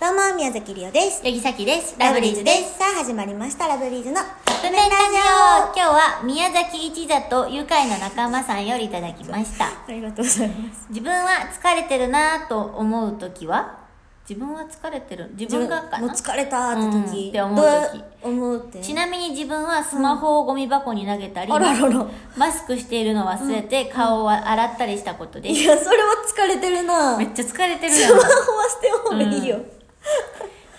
は宮崎りおです八木咲ですす。さあ始まりましたラブリーズのカップ麺ラジオ今日は宮崎一座と愉快な仲間さんよりいただきました。ありがとうございます自分は疲れてるなぁと思うときは自分は疲れてる自分がかもうな疲れたーって時、うんって思う時ど思うってちなみに自分はスマホをゴミ箱に投げたり、あらららマスクしているのを忘れて顔を洗ったりしたことでいす。やそれは疲れてるなめっちゃ疲れてるスやんマ。ホは捨て方がいいよ、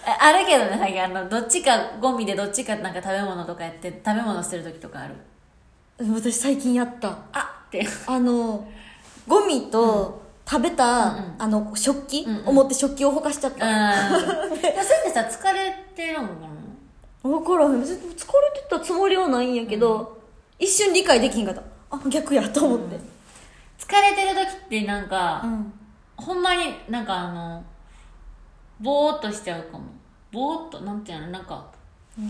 ああるけどね、最近あの、どっちかゴミでどっちかなんか食べ物とかやって食べ物捨てるときとかある。私最近やったあって。あのゴミと食べた、あの食器、を持って食器をほかしちゃっうん。た、そうやってさ、疲れてるもんかな。分からへん別に疲れてたつもりはないんやけど、一瞬理解できひんかったあ逆やと思って疲れてる時ってなんか、んほんまになんかあの、ぼーっとしちゃうかも。ぼーっと、なんていうの、なんか、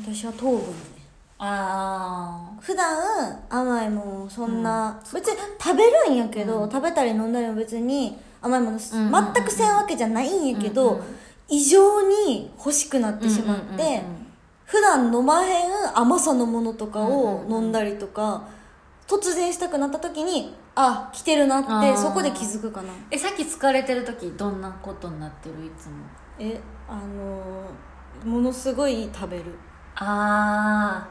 私は糖分ねあ普段甘いもんそんな、別に食べるんやけど、食べたり飲んだりも別に甘いもの、んうんうん全くせんわけじゃないんやけど、うんうん異常に欲しくなってしまって、うんうんうんうん普段飲まへん甘さのものとかを飲んだりとか、突然したくなった時にあ来てるなっあてーそこで気づくかなー。え、さっき疲れてる時どんなことになってるいつも。えあのーものすごい食べるあ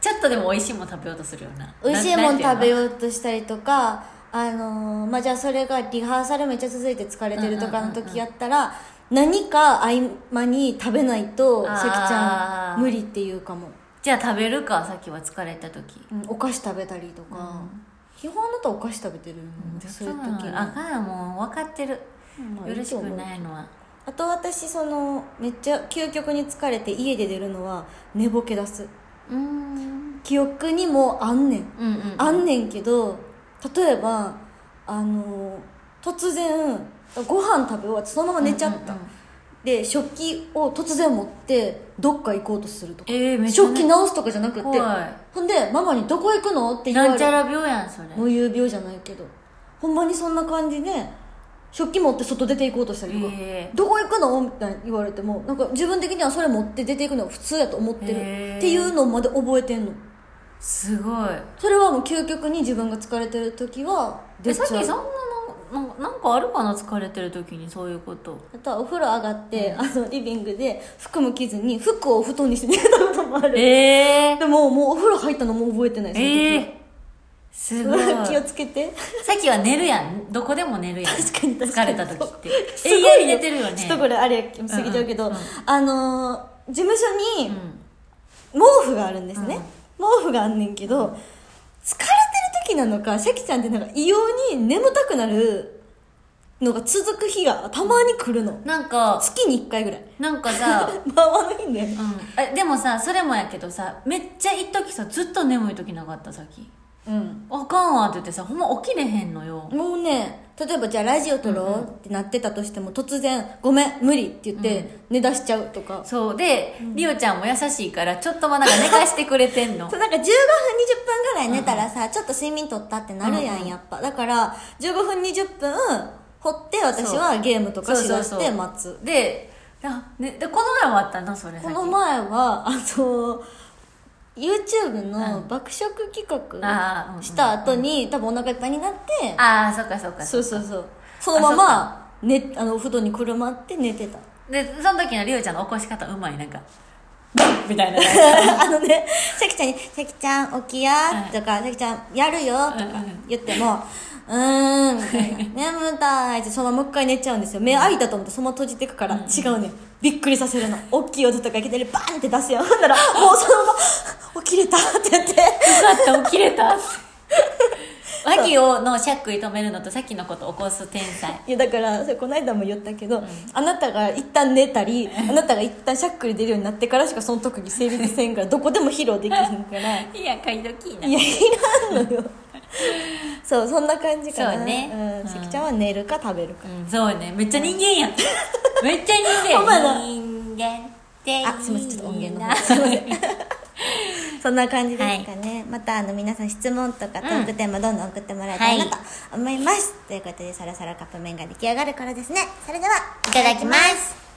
ー。ちょっとでも美味しいもん食べようとするよな。美味しいもん食べう。ようとしたりとかあのーまあじゃあそれがリハーサルめっちゃ続いて疲れてるとかの時やったら何か合間に食べないとあーさきちゃん無理っていうかも、じゃあ食べるか、さっきは疲れた時。うんお菓子食べたりとか、基本だとお菓子食べてるの、そういう時なのにあかんやもう分かってる。まあよろしいいくと思うないのは。あと私そのめっちゃ究極に疲れて家で出るのは寝ぼけ出すうーん。記憶にもあんねんうんうん。あんねんけど例えばあの突然ご飯食べ終わってそのまま寝ちゃった、うんうんうんで食器を突然持ってどっか行こうとするとか、えー、めっちゃ食器直すとかじゃなくて怖いほんでママに「どこ行くの?」って言わなんれちゃるら病やんそれもう有病じゃないけどほんまにそんな感じで食器持って外出て行こうとしたりとか、えどこ行くのみたいに言われてもなんか自分的にはそれ持って出ていくのが普通やと思ってる、へーっていうのまで覚えてんのー、すごいそれはもう究極に自分が疲れてる時はえ出ちさっきそゃんうなのなんなんかあるかな疲れてる時にそういうことあとはお風呂上がって、あのリビングで服も着ずに服をお布団にして寝たこともあるえー、でももうお風呂入ったのも覚えてないその時えはー、す ごい 気をつけてさっきは寝るやんどこでも寝るやん確かに確か疲にれた時ってすご永い遠に寝てるよねちょっとこれあれ過ぎちゃうけど、うんうんうんあのー事務所にうん毛布があるんですね、毛布があんねんけど、疲れてる時なのかシャキちゃんってなんか異様に眠たくなるのが続く日がたまに来るのなんか月に1回ぐらいなんかさまあまあいいんだようん、えでもさそれもやけどさめっちゃ一時さずっと眠い時なかったさっきうんあかんわって言ってさほんま起きれへんのよもうね例えばじゃあラジオ撮ろうってなってたとしても突然「ごめん無理」って言って寝だしちゃうとか、そうで、りおちゃんも優しいからちょっとまあなんか寝かしてくれてん のそうなんか15分20分ぐらい寝たらさ、ちょっと睡眠取ったってなるやん、やっぱだから15分20分掘って私はゲームとかしだして待つであ、ね、でこの前もあったなそれこさっきの前はあの YouTube の爆食企あーうんう画んした後に多分お腹いっぱいになってああそっかそっかそうそうそうそのままねあのお布団にくるまって寝てたでその時のりおちゃんの起こし方うまいなんか 「みたいな あのねさきちゃんに「さきちゃん起きや」とか「さきちゃんやるよ」とか言っても「うーん」みたいな「眠たい」ってそのままもう一回寝ちゃうんですよ目開いたと思ってそのまま閉じてくから違うねんびっくりさせるの大きい音とかいきなりバーンって出すよほんならもうそのまま「起きれた」って言ってよかった起きれ た」脇をのしゃっくり止めるのとさっきのこと起こす天才いやだからそれこの間も言ったけど、あなたが一旦寝たりあなたが一旦しゃっくり出るようになってからしかその特技成立せんからどこでも披露できへんからいいや買い時やいらん のよそうそんな感じかなそうねうん、うん関ちゃんは寝るか食べるか、うんそうねめっちゃ人間やん めっちゃ人ほんまや間なや人間っていいなあすいませんちょっと音源の方すいません そんな感じですかね、またあの皆さん質問とかトークテーマどんどん送ってもらえたらなと思います、ということでそろそろカップ麺が出来上がるからですねそれではいただきます